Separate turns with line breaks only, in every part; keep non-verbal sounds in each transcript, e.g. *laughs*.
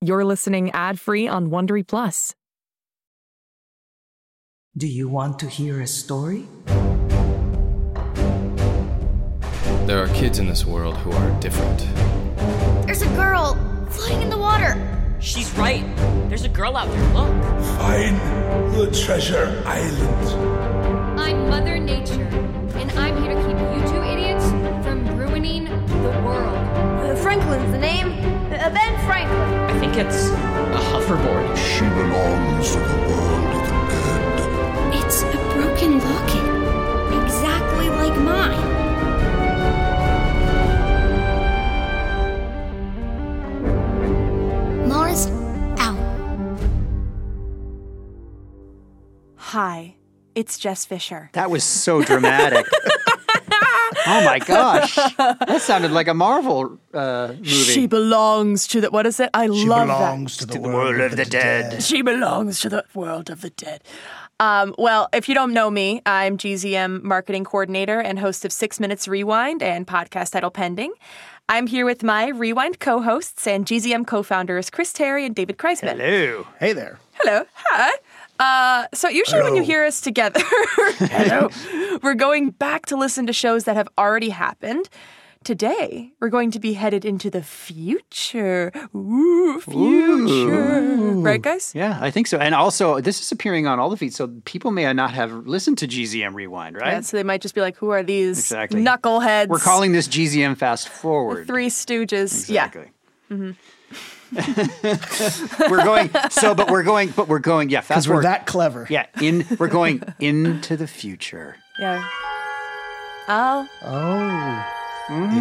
You're listening ad-free on Wondery Plus.
Do you want to hear a story?
There are kids in this world who are different.
There's a girl floating in the water.
She's right. There's a girl out there. Look.
Find the treasure island.
I'm Mother Nature, and I'm here to keep you two idiots from ruining the world.
Uh, Franklin's the name. Uh, ben Franklin.
I think it's a hoverboard.
She belongs to the world of the dead.
It's a broken locket, exactly like mine. Lawrence, out.
Hi, it's Jess Fisher.
That was so
*laughs*
dramatic. oh my gosh. That sounded like a Marvel uh, movie.
She belongs to the. What is it? I love
belongs to the, world, of the, dead.
that. She belongs to the world of the dead. Um, well, if you don't know me, I'm GZM marketing coordinator and host of Six Minutes Rewind and podcast title Pending. I'm here with my Rewind co hosts and GZM co founders, Chris Terry and David Kreisman.
Ew.
Hey there.
Hello. Hi. Uh, so usually when you hear us together, *laughs* hello, we're going back to listen to shows that have already happened. Today, we're going to be headed into the future. Ooh, future. Right, guys?
Yeah, I think so. And also, this is appearing on all the feeds, so people may not have listened to GZM Rewind, right?
Yeah, so they might just be like, who are these
Exactly.
knuckleheads?
We're calling this GZM Fast
the *laughs*
Forward.
Three Stooges.
Exactly. we're going so, but we're going, but we're going. Yeah, fast
Because we're
forward.
that clever.
yeah, in we're going into the future.
Yeah. Yeah. Oh,
Yeah.
Mm,
Mm.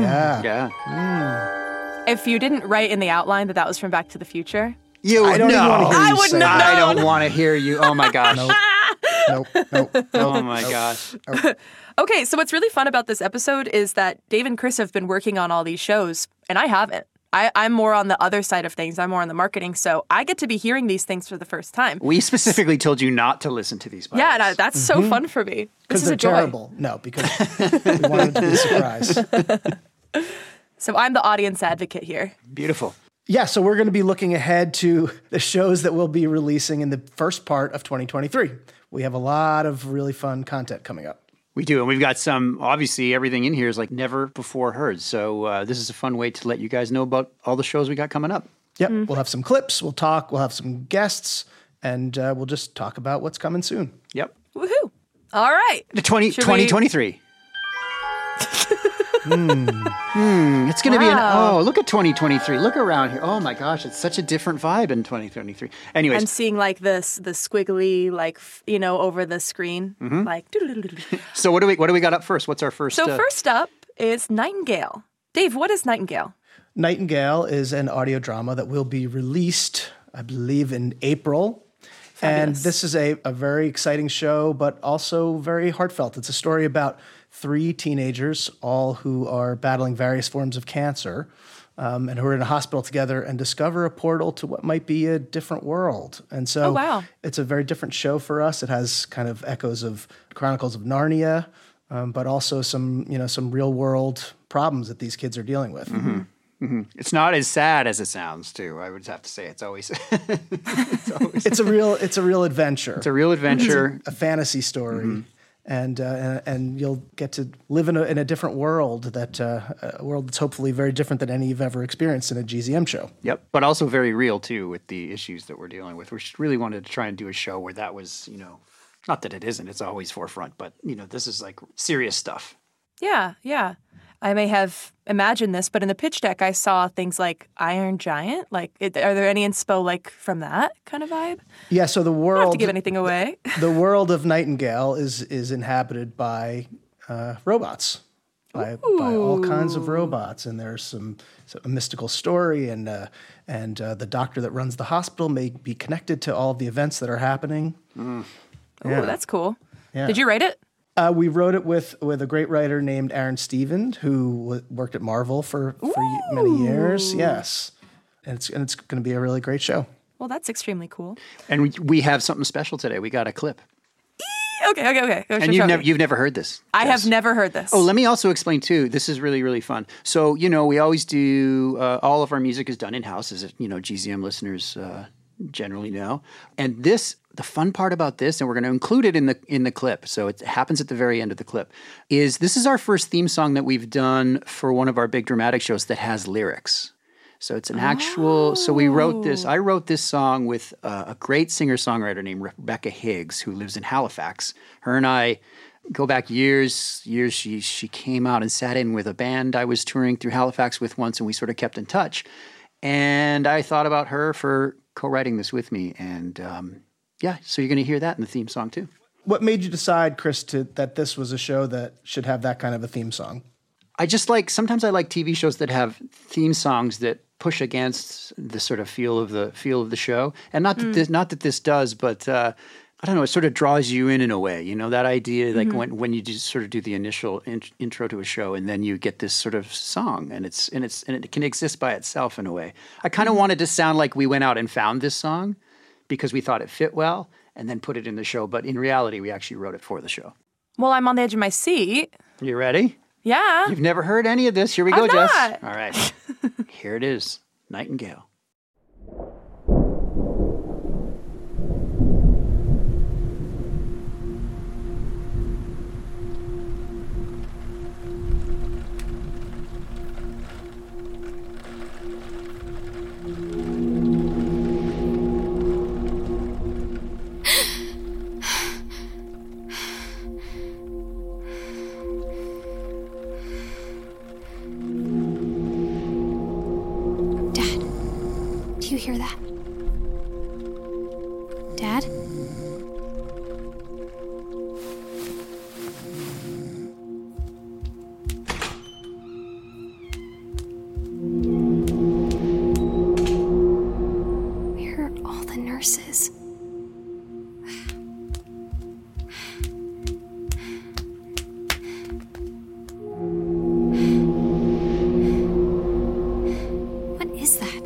Yeah,
if you didn't write in the outline that that was from Back to the Future,
you
I don't
know.
even want to hear
I
you
wouldn't
say
have
I
that.
don't want to hear you. Oh my gosh.
Nope,
*laughs*
nope, nope.
Oh my gosh.
Okay, so what's really fun about this episode is that Dave and Chris have been working on all these shows, and I haven't. I, I'm more on the other side of things. I'm more on the marketing, so I get to be hearing these things for the first time.
We specifically told you not to listen to these podcasts.
yeah, and I- that's so fun for me. This
Mm-hmm. Because
is
they're
a joy. *laughs*
terrible. No, *laughs* because we wanted to be a surprise.
*laughs* So I'm the audience advocate here.
Beautiful.
Yeah, so we're going to be looking ahead to the shows that we'll be releasing in the first part of 2023. We have a lot of really fun content coming up.
We do, and we've got some. Obviously, everything in here is like never before heard. So uh, this is a fun way to let you guys know about all the shows we got coming up.
Yep, we'll have some clips, we'll talk, we'll have some guests, and uh, we'll just talk about what's coming soon.
Yep,
Woohoo! All right.
the 20,
Should we-
2023. Hmm. Hmm, It's going to be an oh look at 2023 look around here oh my gosh it's such a different vibe in 2023 anyways
I'm seeing like this, the squiggly, like f- you know, over the screen, like. doodle-doodle-doodle.
so what do we what do we got up first what's our first
So
uh,
first up is Nightingale. Dave, what is Nightingale?
Nightingale is an audio drama that will be released, I believe, in April. And this is a, a very exciting show, but also very heartfelt. It's a story about three teenagers, all who are battling various forms of cancer, um, and who are in a hospital together and discover a portal to what might be a different world. And so
Oh, wow.
it's a very different show for us. It has kind of echoes of Chronicles of Narnia, um, but also some, you know, some real world problems that these kids are dealing with.
hmm, it's not as sad as it sounds too I would have to say it's always
*laughs*
it's
it's a real it's a real adventure it's
a real adventure Mm-hmm.
a fantasy story and, uh, and and you'll get to live in a, in a different world that uh, a world that's hopefully very different than any you've ever experienced in a GZM show
Yep. But also very real too with the issues that we're dealing with. We just really wanted to try and do a show where that was, you know, not that it isn't, it's always forefront, but you know, this is like serious stuff.
Yeah, yeah. I may have imagined this, but in the pitch deck, I saw things like Iron Giant. Like, it, are there any inspo like from that kind of vibe?
yeah so the
I don't have to
world
give anything away.
*laughs* the world of Nightingale is is inhabited by uh, robots, by, by all kinds of robots, and there's some, so- a mystical story, and uh, and uh, the doctor that runs the hospital may be connected to all of the events that are happening.
Mm,
Ooh, that's cool.
Yeah.
Did you write it?
Uh, we wrote it with with a great writer named Aaron Steven, who w- worked at Marvel for for y- many years. Yes, and it's and it's going to be a really great show.
Well, that's extremely cool.
And we, we have something special today. We got a clip.
okay, okay, okay. Go, show-
And you've
show
never
me.
you've never heard this.
I have never heard this.
Oh, let me also explain too. This is really really fun. So you know we always do uh, all of our music is done in house, as you know GZM listeners uh, generally know. And this the fun part about this, and we're going to include it in the in the clip. So it happens at the very end of the clip. Is this is our first theme song that we've done for one of our big dramatic shows that has lyrics. So it's an actual. So we wrote this. I wrote this song with uh, a great singer songwriter named Rebecca Higgs, who lives in Halifax. Her and I go back years, years. She she came out and sat in with a band I was touring through Halifax with once, and we sort of kept in touch. And I thought about her for co-writing this with me, and um, yeah. So you're going to hear that in the theme song too.
What made you decide, Chris, to, that this was a show that should have that kind of a theme song?
I just like sometimes I like TV shows that have theme songs that push against the sort of feel of the feel of the show, and not that this, not that this does, but uh, I don't know. It sort of draws you in in a way. You know that idea, like when when you just sort of do the initial in- intro to a show, and then you get this sort of song, and it's and it's and it can exist by itself in a way. I kind of wanted to sound like we went out and found this song because we thought it fit well, and then put it in the show. But in reality, we actually wrote it for the show.
Well, I'm on the edge of my seat.
You ready?
Yeah.
You've never heard any of this. Here we go,
I've
Jess.
not.
All
*laughs*
right. Here it is Nightingale.
Dad, do you hear that? Dad? Where are all the nurses? What is that?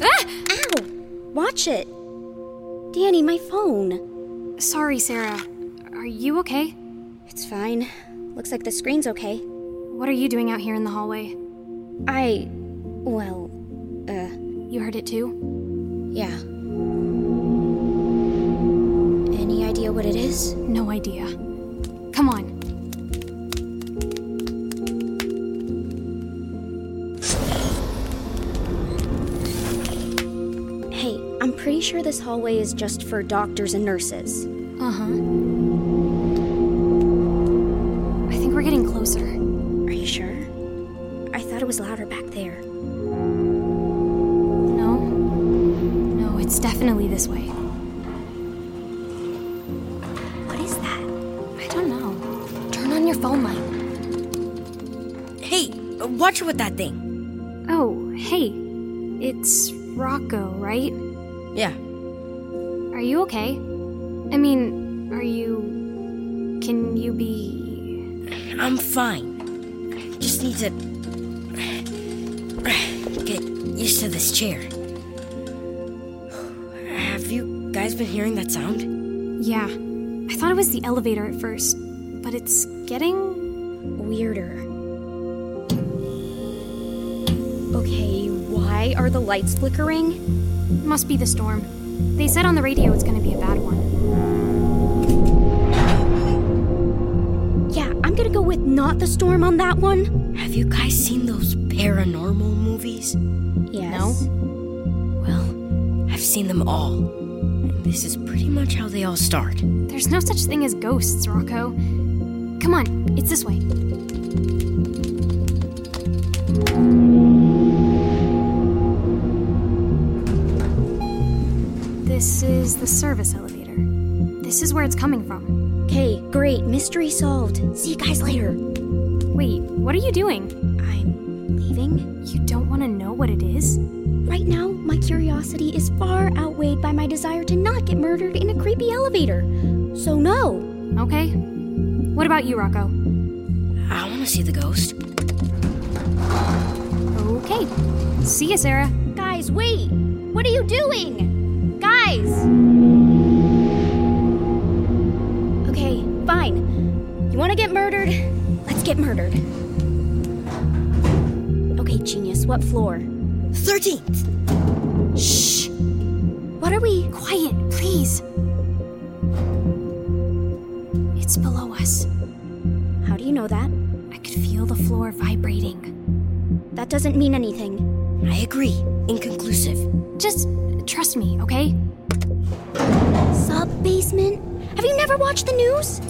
Ah!
Ow! Watch it! Danny, my phone. Sorry, Sarah. Are you okay? It's fine. Looks like the screen's okay. What are you doing out here in the hallway? I. Well, uh. You heard it too? Yeah. Any idea what it is? No idea. Come on.
Hey, I'm pretty sure this hallway is just for doctors and nurses.
Uh huh. I think we're getting closer.
Are you sure? I thought it was louder back there.
No? No, it's definitely this way.
What is that?
I don't know. Turn on your phone light.
Hey, watch with that thing.
Oh, hey. It's Rocco, right?
Yeah.
Are you okay? I mean, are you. Can you be.
I'm fine. Just need to get used to this chair. Have you guys been hearing that sound?
Yeah. I thought it was the elevator at first, but it's getting.
Weirder. Okay, why are the lights flickering?
Must be the storm. They said on the radio it's gonna be a bad one.
Yeah, I'm gonna go with not the storm on that one. Have you guys seen those paranormal movies? Yes. No. Well, I've seen them all. And this is pretty much how they all start.
There's no such thing as ghosts, Rocco. Come on, it's this way. This is the service elevator. This is where it's coming from.
Okay, great. Mystery solved. See you guys later.
Wait, what are you doing?
I'm leaving.
You don't want to know what it is?
Right now, my curiosity is far outweighed by my desire to not get murdered in a creepy elevator. So, no.
Okay. What about you, Rocco?
I wanna see the ghost.
Okay. See ya, Sarah.
Guys,
Guys, wait! What are you doing? Guys! Okay, fine. You wanna get murdered? Let's get murdered. Okay, genius, what floor? 13th! Shh! What are we? Quiet, please! It's below us. How do you know that? I could feel the floor vibrating. That doesn't mean anything. I agree. Inconclusive. Just trust me, okay? Sub basement? Have you never watched the news?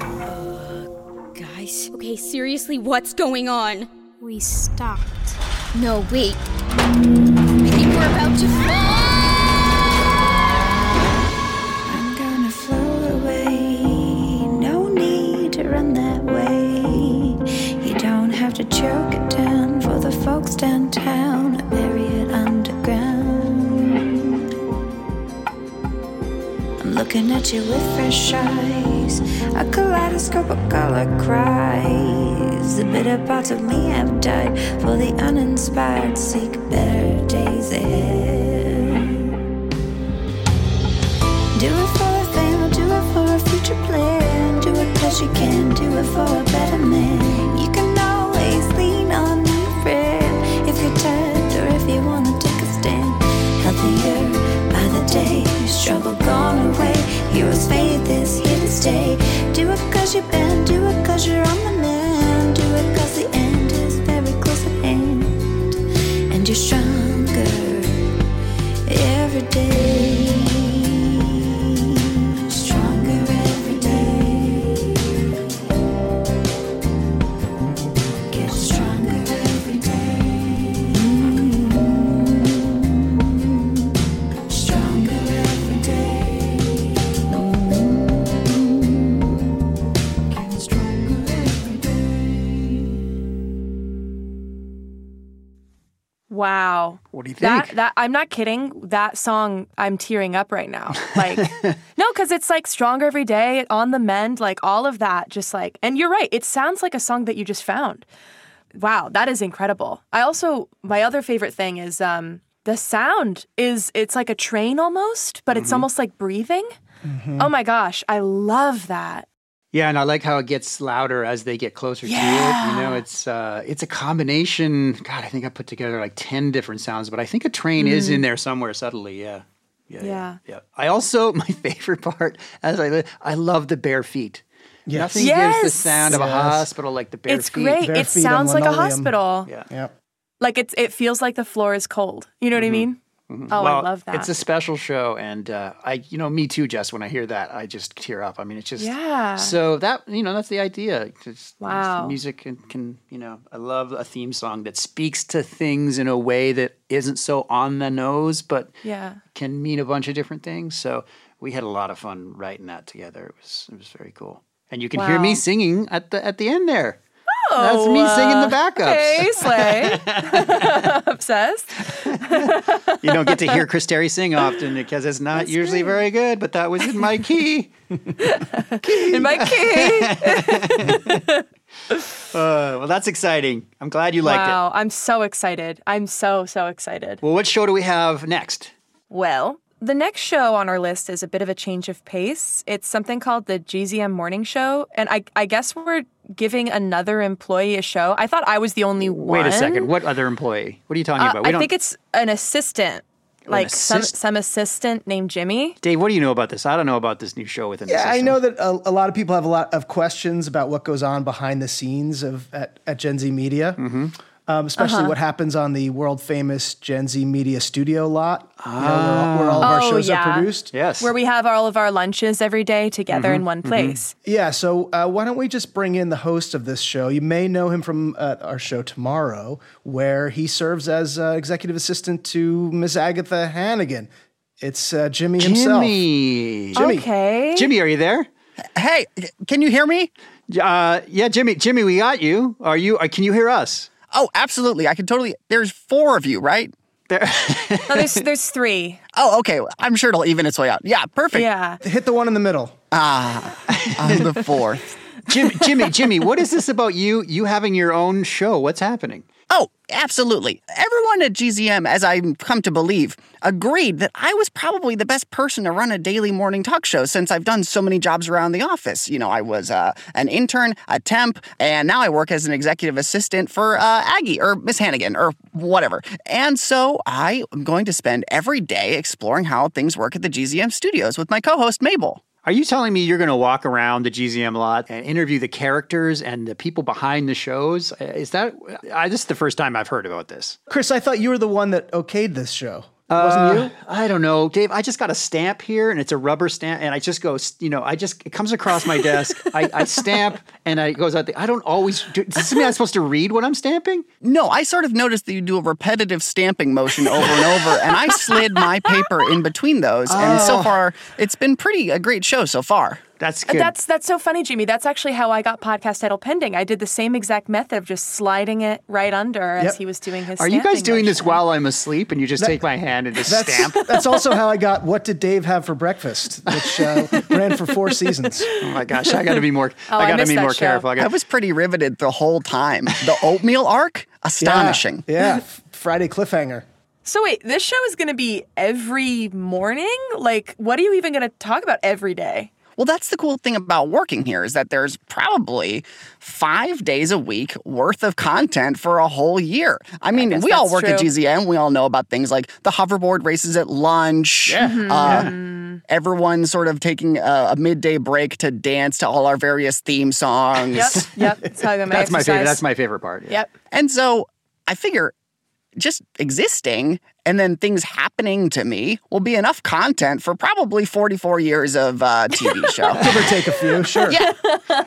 Uh, Guys? Okay, seriously, what's going on?
We stopped.
No, wait. I think we're about to fall!
I'm gonna float away. No need to run that way. You don't have to choke it down for the folks downtown. I bury it underground. I'm looking at you with fresh eyes. A kaleidoscope of color cries. The bitter parts of me have died for the uninspired seek better days ahead. Do it for a fame, do it for a future plan. Do it cause you can, do it for a better man. You can always lean on a friend if you're tired or if you wanna take a stand. Healthier by the day, your struggle gone away. Heroes' faith is here to stay. Do it cause you've been, do it cause you're on the mend. Do it cause the end is very close at hand. And you're stronger every day. Stronger every day. Get stronger every day. Mm. Stronger every day. Mm. Get stronger every day.
Wow.
What do you
That,
think?
that I'm not kidding. That song, I'm tearing up right now.
*laughs*
Like, no, because it's like stronger every day, on the mend, like all of that. Just like, and you're right. It sounds like a song that you just found. Wow, that is incredible. I also, my other favorite thing is um, the sound is. It's like a train almost, but it's
Mm-hmm.
almost like breathing. Oh my gosh, I love that.
Yeah, and I like how it gets louder as they get closer to it.
Yeah.
You know, it's uh, it's a combination. God, I think I put together like ten different sounds, but I think a train is
Mm.
in there somewhere subtly. Yeah, yeah,
Yeah.
yeah. yeah. I also *laughs* my favorite part as I li- I love the bare feet.
Yes.
Nothing gives the
Yes.
sound of a
Yes.
hospital like the bare
it's
feet.
great.
Bare
It
feet on
sounds like a
linoleum.
hospital.
Yeah.
Yep.
Like it's. It feels like the floor is cold. You know what I
Mm-hmm.
mean? Oh, I
Well,
love that.
It's a special show, and uh, I, you know, me too. Jess, when I hear that, I just tear up. I mean, it's just
Yeah.
So that you know, that's the idea. Just,
Wow.
music can, can you know, I love a theme song that speaks to things in a way that isn't so on the nose, but
Yeah.
can mean a bunch of different things. So we had a lot of fun writing that together. It was it was very cool, and you can hear
Wow. Oh,
me singing at the at the end there. That's me singing the
uh,
backups.
Okay, Slay.
*laughs*
Obsessed.
you don't get
*laughs*
to hear Chris Terry sing often because it's not usually very good, but that was in
*laughs*
my key.
In
*laughs*
my key.
Uh, well, that's exciting. I'm glad you liked
wow,
it.
I'm so excited. I'm so, so excited.
Well, what show do we have next?
Well, the next show on our list is a bit of a change of pace. It's something called the GZM Morning Show. And I, I guess we're giving another employee a show. I thought I was the only one.
Wait a second. What other employee? What are you talking
Uh,
about?
I think it's an assistant. Like some
assist-
some assistant named Jimmy.
Dave, what do you know about this? I don't know about this new show with an
Yeah, I
assistant.
know that a, a lot of people have a lot of questions about what goes on behind the scenes of at, at Gen Z Media, um, especially
Uh-huh.
what happens on the world famous Gen Z Media Studio lot, you know, where, all, where all of our
Oh,
shows
yeah.
are produced. Mm-hmm.
Yes.
Where we have all of our lunches every day together
Mm-hmm.
in one
*laughs*
place.
Yeah, so uh, why don't we just bring in the host of this show? You may know him from uh, our show tomorrow, where he serves as uh, executive assistant to Miss Agatha Hannigan. It's uh, Jimmy, himself.
Jimmy.
Jimmy.
Okay.
Jimmy, are you there?
Hey, can you hear me?
Uh, yeah, Jimmy. Jimmy, we got you. Are you? Uh, can you hear us?
Oh, absolutely. I can totally. There's four of you, right?
There.
No, there's there's three.
Oh, okay. I'm sure it'll even its way out. Yeah, perfect. Ah,
Yeah.
Hit the one in the middle.
I'm the fourth.
Jim, Jimmy, Jimmy, what is this about you? You having your own show? What's happening?
Oh, absolutely. Everyone at GZM, as I've come to believe, agreed that I was probably the best person to run a daily morning talk show since I've done so many jobs around the office. You know, I was uh, an intern, a temp, and now I work as an executive assistant for uh, Aggie or Miss Hannigan or whatever. And so I am going to spend every day exploring how things work at the GZM studios with my co host, Mabel.
Are you telling me you're going to walk around the GZM lot and interview the characters and the people behind the shows? Uh, Is that I, this is the first time I've heard about this?
Chris, I thought you were the one that okayed this show.
Wasn't you? Uh, I don't know, Dave. I just got a stamp here, and it's a rubber stamp, and I just go, s- you know, I just it comes across my desk. I, I stamp, and I it goes out. The, I don't always. Do, does this mean I'm supposed to read what I'm stamping?
No, I sort of noticed that you do a repetitive stamping motion over and over, and I slid my paper in between those. And so
Oh.
far, it's been pretty a great show so far.
That's
That's that's so funny, Jimmy. That's actually how I got podcast title pending. I did the same exact method of just sliding it right under
Yep.
as he was doing his.
Are you guys
stamping
doing this while I'm asleep, and you just
That-
take my hand and just
That's,
*laughs*
*laughs*
stamp? Oh
that's also how I got What Did Dave Have for Breakfast, which uh, ran for four seasons.
Oh *laughs* my gosh, I got to be more. I got to be more careful. I
I,
got
was pretty riveted the whole time. The oatmeal arc? Astonishing.
Yeah, *laughs* Friday cliffhanger.
So wait, this show is going to be every morning. Like, what are you even going to talk about every day?
Well, that's the cool thing about working here is that there's probably five days a week worth of content for a whole year. I mean,
guess
we all
that's
work at
true.
GZM. We all know about things like the hoverboard races at lunch.
Yeah. Mhm.
uh, Everyone sort of taking a, a midday break to dance to all our various theme songs.
Yep, yep. That's how I'm
That's my favorite. That's my favorite part.
Yep.
And so I figure just existing and then things happening to me will be enough content for probably 44 years of uh,
*laughs*
TV show.
Give or take a
*laughs*
few, sure.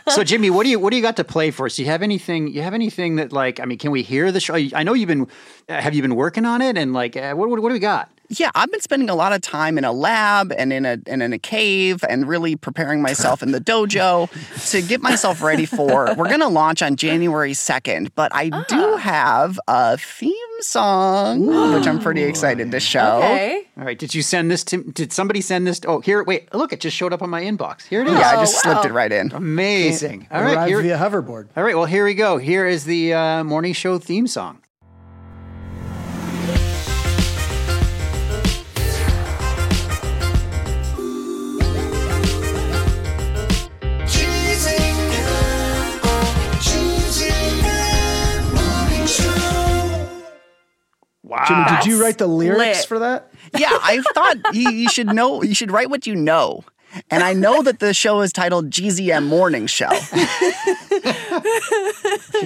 so Jimmy, what do you what do you got to play for us? Do you have anything? You have anything that like? I mean, can we hear the show? I know you've been. uh, Have you been working on it? And like, uh, what, what what do we got?
Yeah, I've been spending a lot of time in a lab and in a and in a cave and really preparing myself in
*laughs*
the dojo to get myself ready for. We're gonna launch on January second, but I
Ah.
do have a theme song, which I'm pretty excited to show.
All right. Did you send this to? Did somebody send this? To, oh, here. Wait. Look, it just showed up on my inbox. Here it is.
Yeah, I just slipped it right in.
Amazing. All right.
Arrived
Here.
via hoverboard.
All right. Well, here we go. Here is the uh, morning show theme song. Wow.
Jimmy, did you write the lyrics
Ah, Lit.
for that?
yeah, I thought you, you should know. You should write what you know. And I know that the show is titled GZM Morning Show.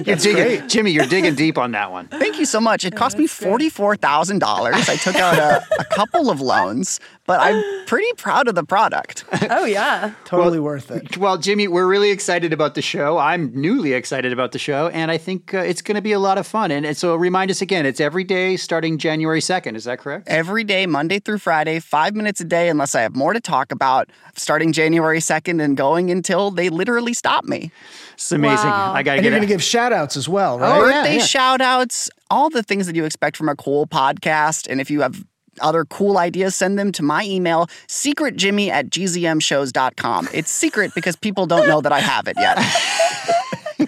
You're digging, Jimmy, you're digging deep on that one.
Thank you so
Oh,
much. It cost me forty-four thousand dollars. I took out a, a couple of loans, but I'm pretty proud of the product.
Oh yeah.
Totally worth it.
*laughs* Well, Jimmy, we're really excited about the show. I'm newly excited about the show, and I think uh, it's going to be a lot of fun. And, and so, remind us again, it's every day starting January 2nd. Is that correct?
Every day, Monday through Friday, five minutes a day, unless I have more to talk about, starting January second and going until they literally stop me.
It's amazing.
Wow.
I got to
And
get
you're
it.
going to give shout outs as well, Oh, right?
Oh,
Oh,
Birthday shout outs, all the things that you expect from a cool podcast. And if you have other cool ideas, send them to my email, secretjimmy at gzmshows.com. It's secret because people don't know that I have it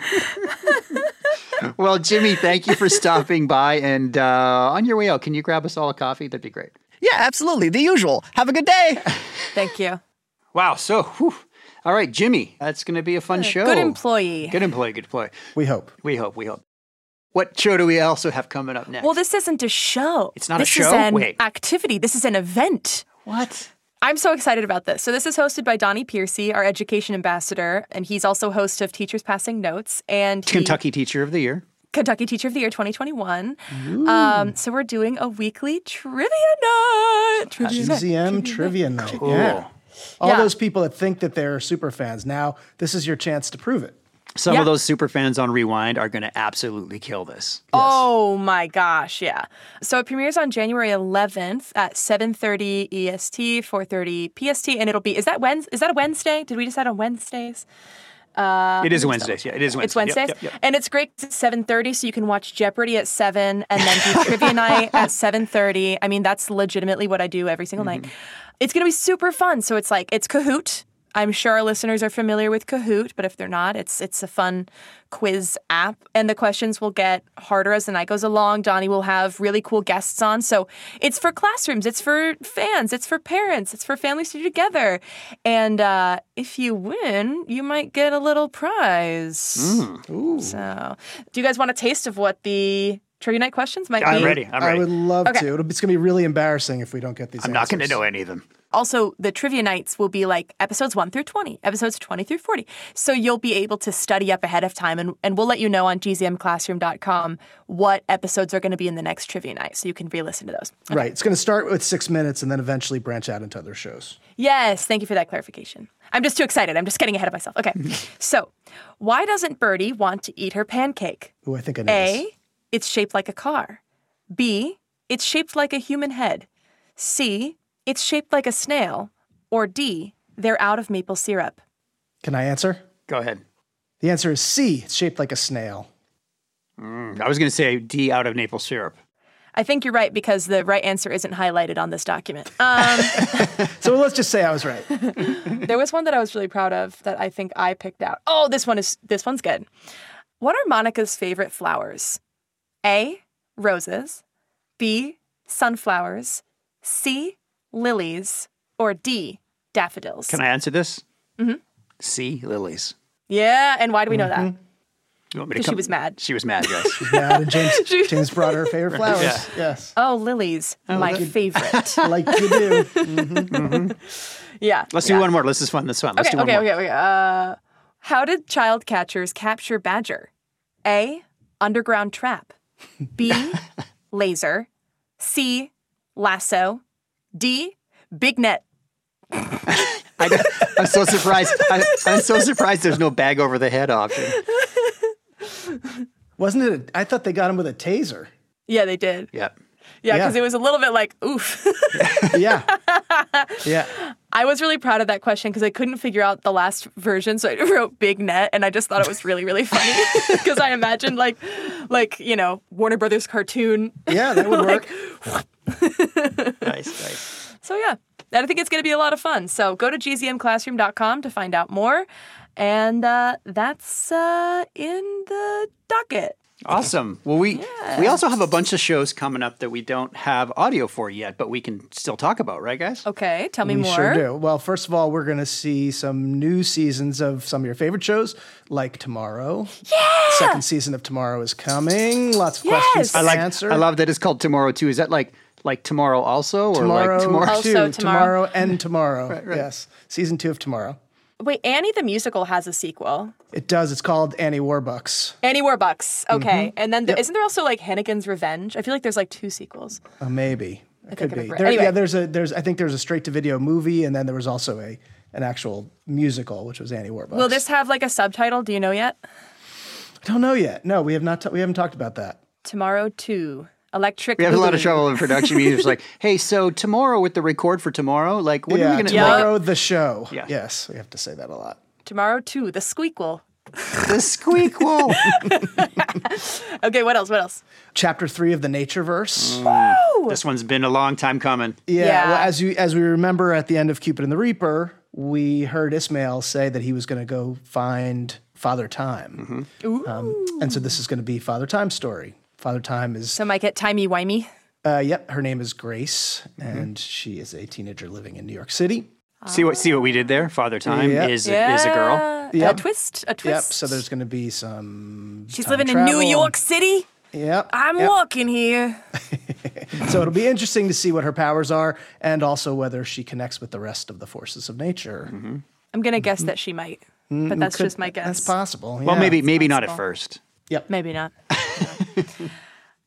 yet.
well, Jimmy, thank you for stopping by. And uh, on your way out, can you grab us all a coffee? That'd be great.
*laughs* Yeah, absolutely. The usual. Have a good day.
Thank you.
Wow. So, whew. all right, Jimmy, that's going to be a fun show.
Good employee.
Good employee. Good employee.
We hope.
We hope. We hope. What show do we also have coming up next?
Well, this isn't a show.
It's not a
this
show?
Is an
Wait.
activity. This is an event.
What?
I'm so excited about this. So this is hosted by Donnie Piercy, our education ambassador, and he's also host of Teachers Passing Notes and he-
Kentucky Teacher of the Year.
Kentucky Teacher of the Year 2021. Um, so we're doing a weekly trivia night. Trivia night.
GZM Uh, trivia night.
Cool.
Yeah. All
Yeah.
those people that think that they're super fans. Now, this is your chance to prove it.
Some
Yeah.
of those super fans on Rewind are going to absolutely kill this.
Oh my gosh, yeah. So it premieres on January 11th at E 7:30 EST, 4:30 PST, and it'll be is that Wednesday? Is that a Wednesday? Did we decide on Wednesdays? Uh,
It is
let me just
Wednesdays. Yeah, it is Wednesdays.
It's Wednesdays,
Yep, yep, yep.
and it's great. 'cause It's seven thirty, so you can watch Jeopardy at seven, and then do trivia night at seven thirty. I mean, that's legitimately what I do every single night. It's gonna be super fun. So it's like it's Kahoot. I'm sure our listeners are familiar with Kahoot, but if they're not, it's it's a fun quiz app. And the questions will get harder as the night goes along. Donnie will have really cool guests on. So it's for classrooms, it's for fans, it's for parents, it's for families to do together. And uh, if you win, you might get a little prize. Mm. So do you guys want a taste of what the Trivia Night questions might be?
I would love
Okay.
to. It'll, it's going to be really embarrassing if we don't get these.
I'm not gonna
answers.
know
any of them.
Also, the trivia nights will be like episodes 1 through 20, episodes 20 through 40. So you'll be able to study up ahead of time, and, and we'll let you know on gzmclassroom.com what episodes are going to be in the next trivia night so you can re listen to those.
Right. It's going to start with six minutes and then eventually branch out into other shows.
Yes, thank you for that clarification. I'm just too excited. I'm just getting ahead of myself. Okay. so, why doesn't Birdie want to eat her pancake?
Ooh, I think I know. this.
A, it's shaped like a car. B, it's shaped like a human head. C, it's shaped like a snail. Or D, they're out of maple syrup.
Can I answer?
Go ahead.
The answer is C. It's shaped like a snail.
Mm, I was going to say D out of maple syrup.
I think you're right because the right answer isn't highlighted on this document.
*laughs*
Um,
So let's just say I was right.
there was one that I was really proud of that I think I picked out. Oh, this one is this one's good. What are Monica's favorite flowers? A. Roses. B. Sunflowers. C. Lilies. Or D. Daffodils.
Can I answer this?
Mhm.
C lilies.
Yeah, and why do we know that?
Mm-hmm.
You want me to
Because she
come-
was mad.
She was mad.
*laughs*
Yes.
Yeah, and
*laughs*
James, James brought her favorite
Right,
flowers.
yeah.
Yes.
Oh, lilies, my
that-
favorite.
*laughs* like you do. Mm-hmm.
*laughs* Yeah.
Let's
yeah.
do one more. This is fun. This is fun. Let's
okay,
do one
okay,
more.
okay, okay. Uh, how did child catchers capture badger? A. Underground trap.
*laughs*
B. laser. C. Lasso. D. Big net.
I, I'm so surprised. I, I'm so surprised. There's no bag over the head option.
*laughs* Wasn't it? A, I thought they got him with a taser.
Yeah, they did.
Yep.
Yeah,
Yeah.
because it was a little bit like, oof. *laughs*
yeah. Yeah.
I was really proud of that question because I couldn't figure out the last version, so I *laughs* wrote big net, and I just thought it was really, really *laughs* funny because I imagined like, like you know, Warner Brothers cartoon. *laughs*
Yeah, that would
Like-
nice, nice.
So yeah, and I think it's going to be a lot of fun. So go to gzmclassroom.com to find out more, and uh, that's uh, in the docket.
Awesome. Well, we we also have a bunch of shows coming up that we don't have audio for yet, but we can still talk about, right, guys?
Okay, tell me
we
more.
sure do. Well, first of all, we're going to see some new seasons of some of your favorite shows, like Tomorrow. Yeah. Second season of Tomorrow is coming. Lots of questions to
I like.
answer.
I love that it's called tomorrow too. Is that like like tomorrow also, or
Tomorrow,
like tomorrow?
too.
Also
tomorrow
Tomorrow. *laughs*
and tomorrow.
Right, right.
Yes, season two of Tomorrow.
Wait, Annie the musical has a sequel.
It does. It's called Annie Warbucks.
Annie Warbucks. Okay,
Mhm.
and then th- isn't there also like Hennigan's Revenge? I feel like there's like two sequels.
Uh, maybe it
think
could
I
be.
remember.
There,
Anyway.
Yeah, there's a there's I think there's a straight to video movie, and then there was also a an actual musical, which was Annie Warbucks.
Will this have like a subtitle? Do you know yet?
I don't know yet. No, we have not. ta- we haven't talked about that.
Tomorrow Two Electric.
We have a lot of
Boogaloo.
trouble in production meetings. It's like, hey, so tomorrow with the record for tomorrow, like, what are
yeah,
we going to
tomorrow the show.
Yeah.
Yes, we have to say that a lot.
*laughs* Tomorrow Two The Squeakquel.
The squeakquel.
*laughs* Okay, what else? What else?
Chapter three of the Nature Verse.
Mm. This one's been a long time coming.
Yeah, Well, as you as we remember at the end of Cupid and the Reaper, we heard Ismail say that he was going to go find Father Time,
Mm-hmm.
um, and so this is going to be Father Time's story. Father Time is
So might get timey wimey.
Uh, yep, her name is Grace, and she is a teenager living in New York City.
Mm-hmm. See what see what we did there. Father Time
Yeah.
is is a girl.
A
Yep.
twist. A
Yep.
twist.
So there's going to be some.
She's
time
living in
travel.
New York City.
Yep.
I'm
yep.
walking here.
So it'll be interesting to see what her powers are, and also whether she connects with the rest of the forces of nature.
Mm-hmm.
I'm gonna guess that she might, but that's
could-
just my guess.
That's possible.
Mm, Well,
Oh, yeah.
maybe maybe not at first.
Maybe
*laughs*
not.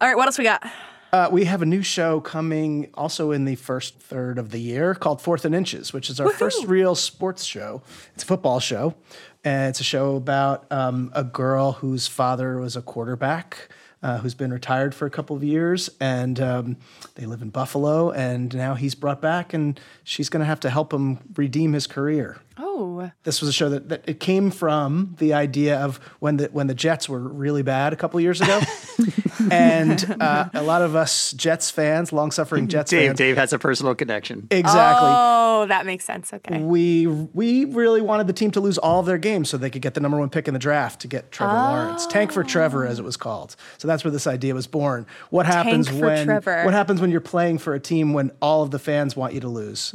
All right, what else we got?
Uh, we have a new show coming also in the first third of the year called Fourth and Inches, which is our first real sports show. It's a football show, and it's a show about um, a girl whose father was a quarterback. Uh, who's been retired for a couple of years, and um, they live in Buffalo, and now he's brought back, and she's going to have to help him redeem his career
Oh,
this was a show that, that it
*laughs*
came from the idea of when the when the Jets were really bad a couple years ago. and uh, a lot of us Jets fans,
*laughs*
long-suffering Jets
Dave,
fans,
Dave has a personal connection.
exactly. Mm.
Oh, that makes sense. Okay.
We we really wanted the team to lose all of their games so they could get the number one pick in the draft to get Trevor Lawrence, tank for Trevor as it was called. So that's where this idea was born. What
Tank
happens
for
when
Trevor.
what happens when you're playing for a team when all of the fans want you to lose?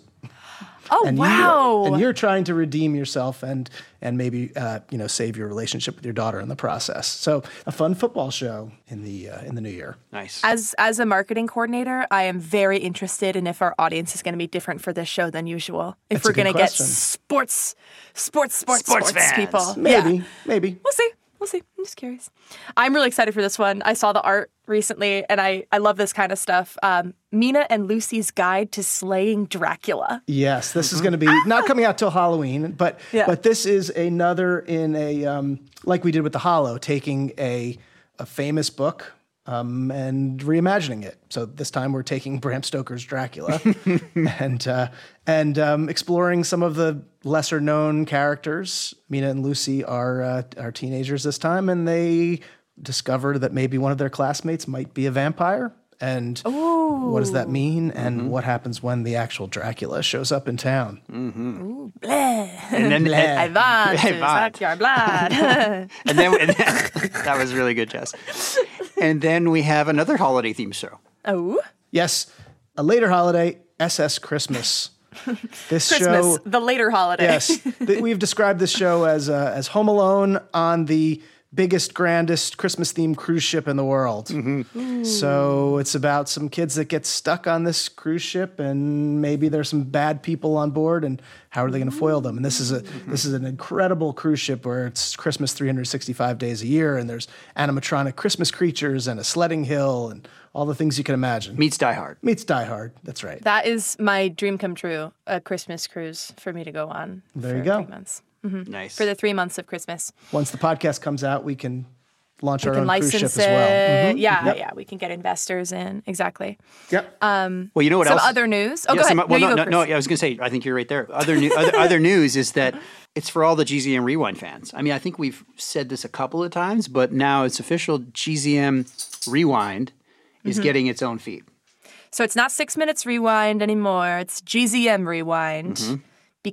Oh
and
wow.
You, and you're trying to redeem yourself and and maybe uh, you know save your relationship with your daughter in the process. So a fun football show in the uh, in the new year.
Nice.
As as a marketing coordinator, I am very interested in if our audience is going to be different for this show than usual. If
That's a
we're
good
going to get
question.
sports, sports, sports,
Sports
sports,
fans.
people.
Maybe,
Yeah.
maybe.
We'll see. We'll see. I'm just curious. I'm really excited for this one. I saw the art recently, and I I love this kind of stuff. Um, Mina and Lucy's Guide to Slaying Dracula.
Yes, this is going to be
*laughs*
not coming out till Halloween, but
Yeah.
but this is another in a um, like we did with the Hollow, taking a a famous book um, and reimagining it. So this time we're taking *laughs* Bram Stoker's Dracula and uh, and um, exploring some of the lesser known characters. Mina and Lucy are uh, are teenagers this time, and they discover that maybe one of their classmates might be a vampire. And what does that mean? And what happens when the actual Dracula shows up in town?
Mm-hmm.
And then-
Bleh.
I want to
I want.
suck your blood.
*laughs*
*laughs*
And then, and then- *laughs* that was really good, Jess. And then we have another holiday themed show.
oh,
Yes, a later holiday, SS Christmas. This
Christmas,
show,
the later holiday. *laughs*
yes, th- we've described this show as uh, as Home Alone on the biggest, grandest Christmas themed cruise ship in the world.
Mm-hmm.
So it's about some kids that get stuck on this cruise ship, and maybe there's some bad people on board, and how are they going to foil them? And this is a
Mm-hmm.
this is an incredible cruise ship where it's Christmas 365 days a year, and there's animatronic Christmas creatures and a sledding hill and all the things you can imagine.
Meets Die Hard.
Meets Die Hard. That's right.
That is my dream come true, a Christmas cruise for me to go on.
There
for
you go.
Three months. Mhm.
Nice.
For the three months of Christmas.
Once the podcast comes out, we can launch
We
our
can
own
license
cruise ship
it.
as well. Mhm.
Yeah,
Yep.
yeah. We can get investors in. Exactly.
Yep.
Um,
Well, you know what
some
else?
other news. Oh,
Yeah,
go ahead.
some- well,
no,
no,
you
no,
go
no,
first.
I was going to say, I think you're right there. Other, new, other,
*laughs*
other news is that it's for all the GZM Rewind fans. I mean, I think we've said this a couple of times, but now it's official. GZM Rewind is
Mhm.
getting its own feed.
So it's not six minutes rewind anymore. It's GZM rewind.
Mhm.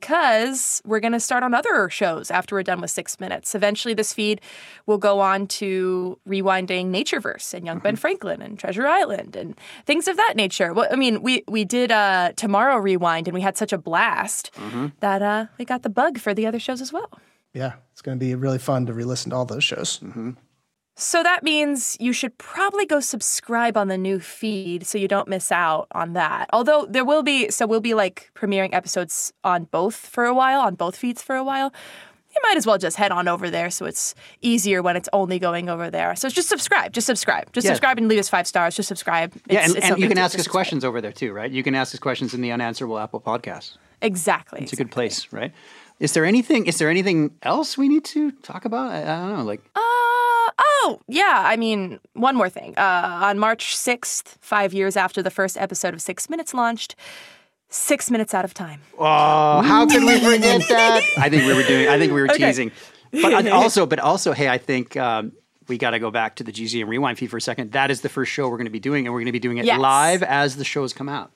Because we're going to start on other shows after we're done with six minutes. Eventually, this feed will go on to rewinding Natureverse and Young Ben Franklin and Treasure Island and things of that nature. Well, I mean, we we did uh, Tomorrow Rewind and we had such a blast
Mm.
that uh, we got the bug for the other shows as well.
Mm-hmm. Yeah, it's going to be really fun to re-listen to all those shows.
Mm-hmm. So that means you should probably go subscribe on the new feed so you don't miss out on that. Although there will be, so we'll be like premiering episodes on both for a while, on both feeds for a while. You might as well just head on over there so it's easier when it's only going over there. So just subscribe, just subscribe, just
Yeah.
subscribe and leave us five stars. Just subscribe.
yeah,
It's-
and,
it's
and you
something
can
to
ask us
just-
questions over there too, right? You can ask us questions in the unanswerable Apple Podcasts.
Exactly.
It's a good place, right? Is there anything? Is there anything else we need to talk about? I, I don't know. Like,
Uh, oh, yeah. I mean, one more thing. Uh, on March 6th, five years after the first episode of Six Minutes launched, Six Minutes Out of Time.
oh, how could *laughs* we forget that? I think we were doing. I think we were
Okay.
teasing.
*laughs*
But I- also, but also, hey, I think um, we got to go back to the GZM Rewind feed for a second. That is the first show we're going to be doing, and we're going to be doing it
Yes.
live as the shows come out.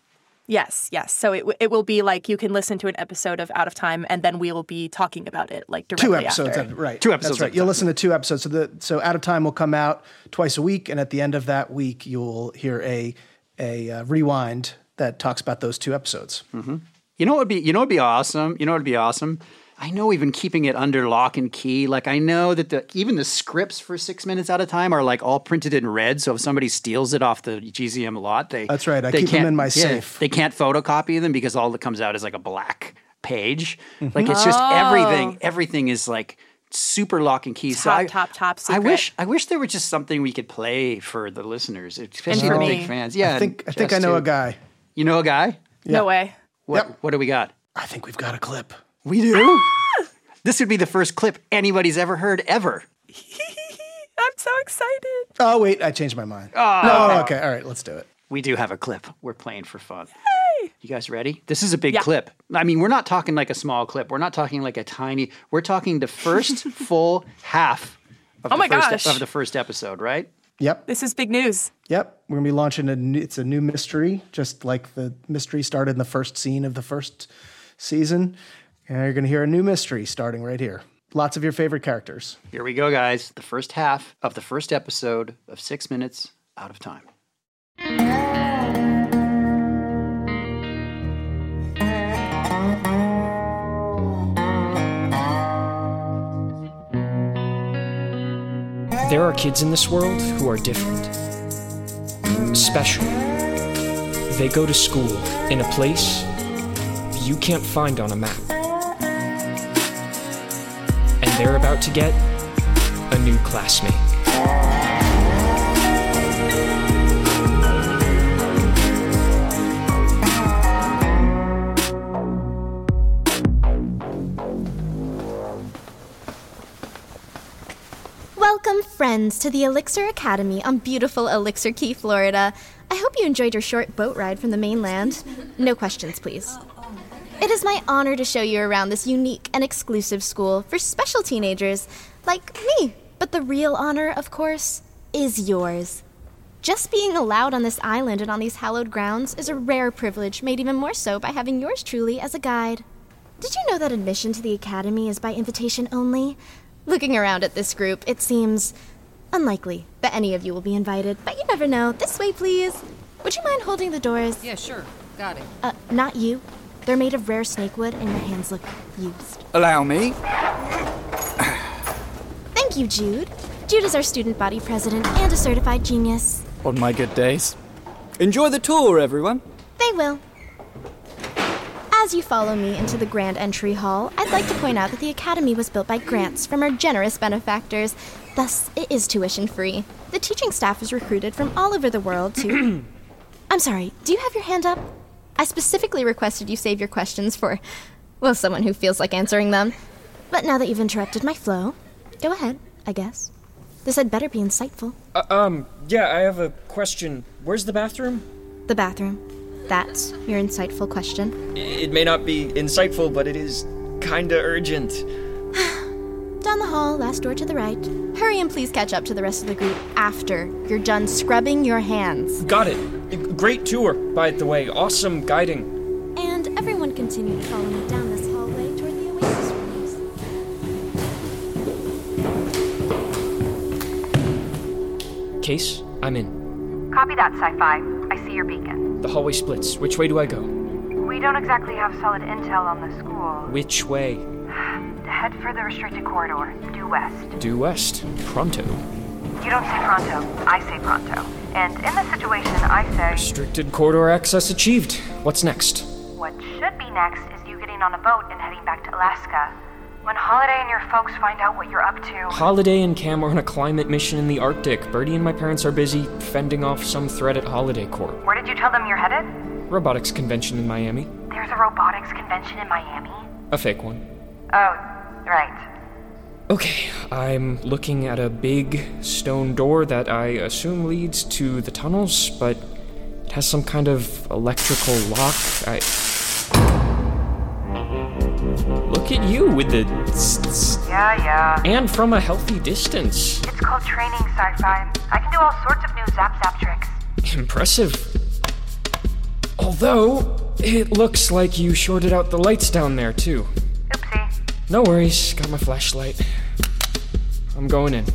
Yes, yes. So it, w- it will be like you can listen to an episode of Out of Time, and then we will be talking about it like directly
Two episodes,
after.
at- right?
Two episodes
That's
at
right.
a
You'll
time.
listen to two episodes. So the so out of time will come out twice a week, and at the end of that week, you'll hear a a uh, rewind that talks about those two episodes.
hmm You know what would be you know what would be awesome? You know what would be awesome? I know we've been keeping it under lock and key. Like I know that the even the scripts for six minutes at a time are like all printed in red. So if somebody steals it off the GZM lot, they
That's right. I
they
keep 'em
can't-
in my
yeah,
safe.
They can't photocopy them because all that comes out is like a black page.
Mm-hmm.
Like it's just everything.
Oh.
Everything is like super lock and key.
Top,
so I,
top, top secret.
I wish I wish there was just something we could play for the listeners, especially
for
the
me.
big fans. Yeah,
I think I
and
think I
Jess,
know
too.
a guy.
You know a guy?
No way.
What, what do we got?
I think we've got a clip.
We do?
Ah!
this would be the first clip anybody's ever heard ever.
*laughs* I'm so excited.
Oh wait, I changed my mind.
Oh,
no,
okay.
okay. all right, let's do it.
We do have a clip. We're playing for fun. You guys ready? This is a big clip. I mean, we're not talking like a small clip. We're not talking like a tiny.
*laughs*
We're talking the first full half of
Oh
the
my
first e-
gosh.
of the first episode, right?
Yep.
This is big news.
Yep, we're gonna be launching a. New, it's a new mystery, just like the mystery started in the first scene of the first season, and you're gonna hear a new mystery starting right here. Lots of your favorite characters.
Here we go, guys. The first half of the first episode of Six Minutes Out of Time.
There are kids in this world who are different. Special. They go to school in a place you can't find on a map. And they're about to get a new classmate.
Welcome, friends, to the Elixir Academy on beautiful Elixir Key, Florida. I hope you enjoyed your short boat ride from the mainland. No questions, please. It is my honor to show you around this unique and exclusive school for special teenagers like me. But the real honor, of course, is yours. Just being allowed on this island and on these hallowed grounds is a rare privilege, made even more so by having yours truly as a guide. Did you know that admission to the academy is by invitation only? Looking around at this group, it seems unlikely that any of you will be invited, but you never know. This way, please. Would you mind holding the doors?
Yeah, sure. Got it.
Uh, not you. They're made of rare snakewood, and your hands look used.
Allow me.
Thank you, Jude. Jude is our student body president and a certified genius.
On my good days. Enjoy the tour, everyone.
They will. As you follow me into the grand entry hall, I'd like to point out that the Academy was built by grants from our generous benefactors. Thus, it is tuition free. The teaching staff is recruited from all over the world to. I'm sorry, do you have your hand up? I specifically requested you save your questions for, well, someone who feels like answering them. But now that you've interrupted my flow, go ahead, I guess. This had better be insightful.
Uh, um, yeah, I have a question. Where's the bathroom?
The bathroom. That's your insightful question.
It may not be insightful, but it is kinda urgent.
Down the hall, last door to the right. Hurry and please catch up to the rest of the group after you're done scrubbing your hands.
Got it. Great tour, by the way. Awesome guiding.
And everyone continued following me down this hallway toward the oasis rooms.
Case, I'm in.
Copy that, Sci Fi. I see your beacon.
The hallway splits. Which way do I go?
We don't exactly have solid intel on the school. *sighs*
Which way?
Head for the restricted corridor, due west.
Due west. Pronto.
You don't say pronto, I say pronto. And in this situation, I say
Restricted corridor access achieved. What's next?
what should be next is you getting on a boat and heading back to Alaska. When Holiday and your folks find out what you're up to,
Holiday and Cam are on a climate mission in the Arctic. Birdie and my parents are busy fending off some threat at Holiday Corp.
where did you tell them you're headed?
Robotics convention in Miami.
There's a robotics convention in Miami.
A fake one.
Oh, right.
Okay, I'm looking at a big stone door that I assume leads to the tunnels, but it has some kind of electrical lock. I. Look at you with the. s- s-
Yeah, yeah.
And from a healthy distance.
It's called training sci fi. I can do all sorts of new zap zap tricks.
Impressive. Although, it looks like you shorted out the lights down there, too. Oopsie. No worries, got my flashlight. I'm going in.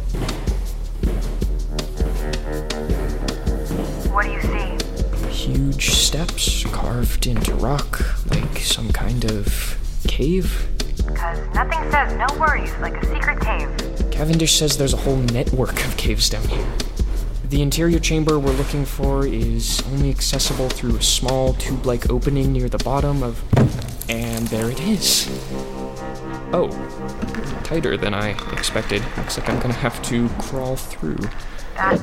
What do you see?
Huge steps carved into rock, like some kind of cave.
Because nothing says no worries like a secret cave.
Cavendish says there's a whole network of caves down here. The interior chamber we're looking for is only accessible through a small tube like opening near the bottom of. And there it is. Oh, tighter than I expected. Looks like I'm gonna have to crawl through.
That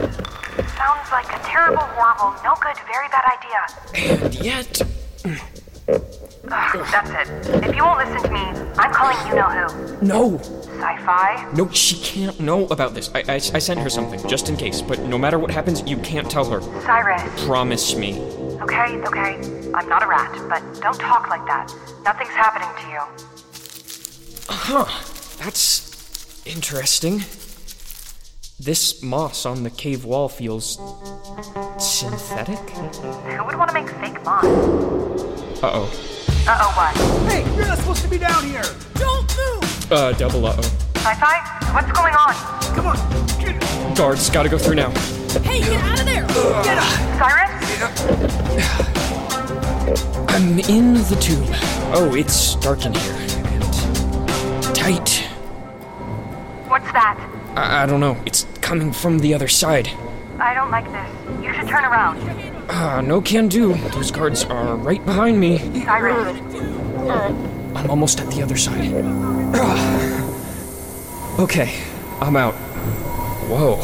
sounds like a terrible, horrible, no good, very bad idea.
And yet.
Ugh, that's it. If you won't listen to me, I'm calling you know who.
No!
Sci fi?
No, she can't know about this. I, I, I sent her something, just in case, but no matter what happens, you can't tell her.
Cyrus.
Promise me.
Okay, okay. I'm not a rat, but don't talk like that. Nothing's happening to you.
Huh. That's interesting. This moss on the cave wall feels synthetic?
Who would want to make fake moss?
Uh oh.
Uh oh, what?
Hey, you're not supposed to be down here. Don't move.
Uh, double uh oh.
Sci fi? What's going on?
Come on.
Guards, gotta go through now.
Hey, get out of there. Get up.
Cyrus?
I'm in the tube. Oh, it's dark in here. And tight.
What's that?
I, I don't know. It's coming from the other side.
I don't like this. You should turn around.
Ah, no can do. Those guards are right behind me.
Cyrus.
I'm almost at the other side. Ah. okay, I'm out. Whoa.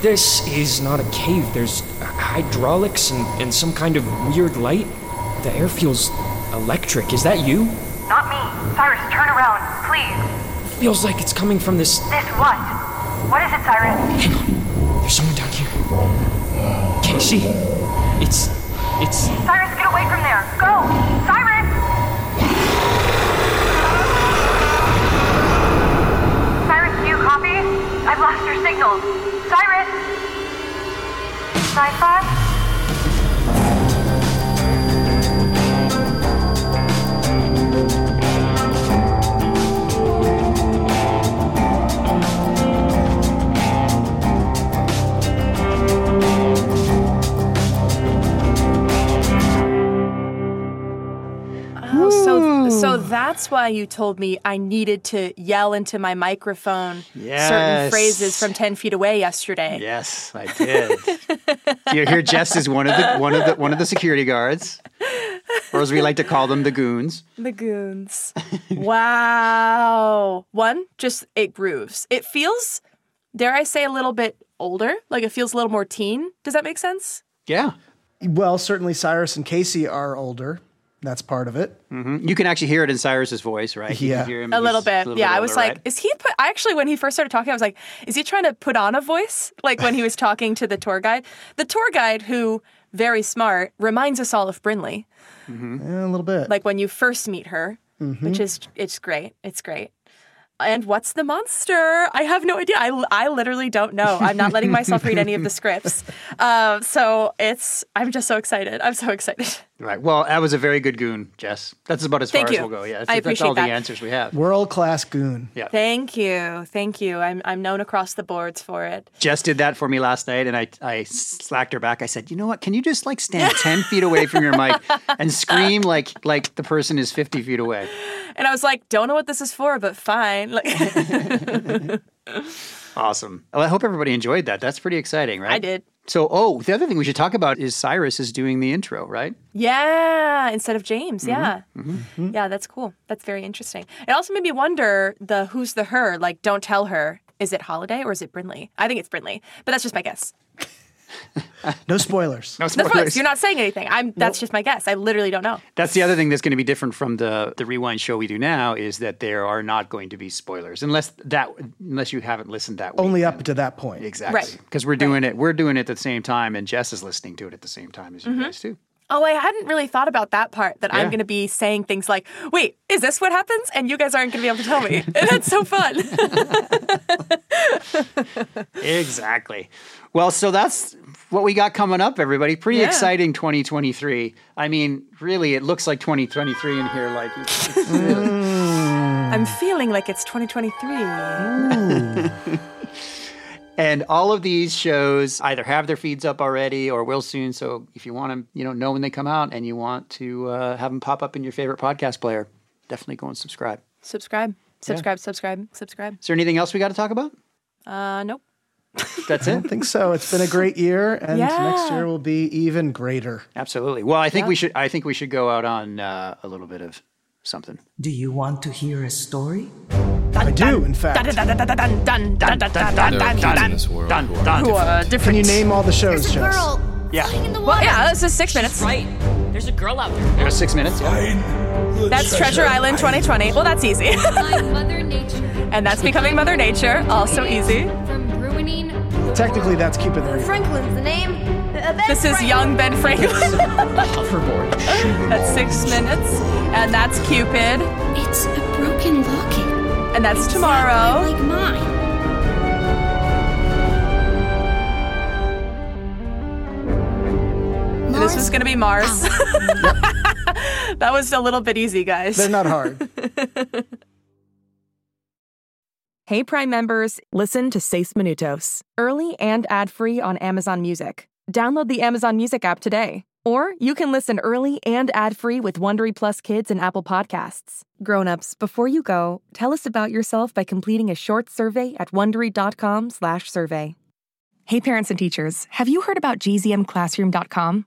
This is not a cave. There's hydraulics and, and some kind of weird light. The air feels electric. Is that you?
Not me. Cyrus, turn around, please.
Feels like it's coming from this.
This what? What is it, Cyrus?
There's someone down here. Casey? It's. It's.
Cyrus, get away from there. Go! Cyrus! Cyrus, do you copy? I've lost your signal. Cyrus! Sci-fi?
Oh, so so that's why you told me I needed to yell into my microphone certain
Yes.
phrases from ten feet away yesterday.
Yes, I did. *laughs* You're here just as one of the one of the one of the security guards, or as we like to call them, the goons.
*laughs* The
*laughs*
goons. wow. One, just it grooves. It feels, dare I say, a little bit older. Like it feels a little more teen. Does that make sense?
Yeah.
Well, certainly Cyrus and Casey are older. That's part of it.
hmm You can actually hear it in Cyrus's voice, right? You can
Yeah.
hear him.
A
He's
little bit. yeah, I
older,
was like,
right?
is he put, I actually, when he first started talking, I was like, is he trying to put on a voice? Like when he was talking to the tour guide? The tour guide, who, very smart, reminds us all of Brinley.
Yeah, a little bit.
Like when you first meet her, which
Mhm.
is, it's great. It's great. And what's the monster? I have no idea. I, I literally don't know. I'm not letting myself read any of the scripts. Uh, so it's, I'm just so excited. I'm so excited.
Right. Well, that was a very good goon, Jess. That's about as
Thank
far
you.
as we'll go. Yeah.
I
That's, that's
appreciate
all
that.
the answers we have.
World class goon.
Yeah.
Thank you. Thank you. I'm, I'm known across the boards for it.
Jess did that for me last night, and I, I slacked her back. I said, "You know what? Can you just like
*laughs*
stand ten feet away from your mic and scream like like the person is fifty feet away?"
And I was like, don't know what this is for, but fine. *laughs* Like,
Awesome. Well, I hope everybody enjoyed that. That's pretty exciting, right?
I did.
So, oh, the other thing we should talk about is Cyrus is doing the intro, right?
yeah, instead of James. Yeah.
Mm-hmm.
Yeah, that's cool. That's very interesting. It also made me wonder the who's the her, like, don't tell her. Is it Holiday or is it Brinley? I think it's Brinley, but that's just my guess.
No spoilers.
No
No spoilers. You're not saying anything. I'm. That's just my guess. I literally don't know.
That's the other thing that's going to be different from the the rewind show we do now is that there are not going to be spoilers unless that unless you haven't listened that week.
Only up to that point.
Exactly. Because we're doing it we're doing it at the same time and Jess is listening to it at the same
*laughs*
time as you
Mhm.
guys too.
Oh, I hadn't really thought about that part. That I'm
Yeah.
going to be saying things like, "Wait, is this what happens?" And you guys aren't going to be able to tell me. *laughs* and that's so fun. *laughs*
exactly. Well, so that's what we got coming up, everybody. Pretty
Yeah.
exciting 2023. I mean, really, it looks like 2023 in here. Like, it's- it's-
I'm feeling like it's 2023.
and all of these shows either have their feeds up already or will soon. So if you want to, you know, know when they come out and you want to uh, have them pop up in your favorite podcast player, definitely go and subscribe.
*laughs* subscribe, subscribe, subscribe, subscribe.
Is there anything else we got to talk about?
Uh, nope.
That's
I
it.
don't think so. It's been a great year, and next
Yeah.
year will be even greater.
Absolutely. Well, I think
Yeah.
we should. I think we should go out on uh, a little bit of something.
Do you want to hear a story?
I do, in fact.
Who are different.
Can you name all the shows, Jess?
Yeah.
Well, yeah, this is six minutes.
Right. There's a girl out there.
It was six minutes. Yeah.
That's Treasure Island 2020. Well,
*laughs*
that's easy. *laughs*
Mother Nature
and that's Becoming Mother Nature, also easy.
from ruining.
Technically, that's keep it real.
Franklin's the name.
This is young Ben Franklin.
Hoverboard.
that's six minutes. And that's Cupid.
It's a broken locket.
And that's Tomorrow.
Like mine.
going to be Mars.
Oh.
*laughs* that was a little bit easy, guys.
They're not hard.
Hey Prime members, listen to Seis Minutos, early and ad-free on Amazon Music. Download the Amazon Music app today. Or you can listen early and ad-free with Wondery Plus Kids and Apple Podcasts. Grown-ups, before you go, tell us about yourself by completing a short survey at wondery.com slash survey. Hey parents and teachers, have you heard about gzmclassroom.com?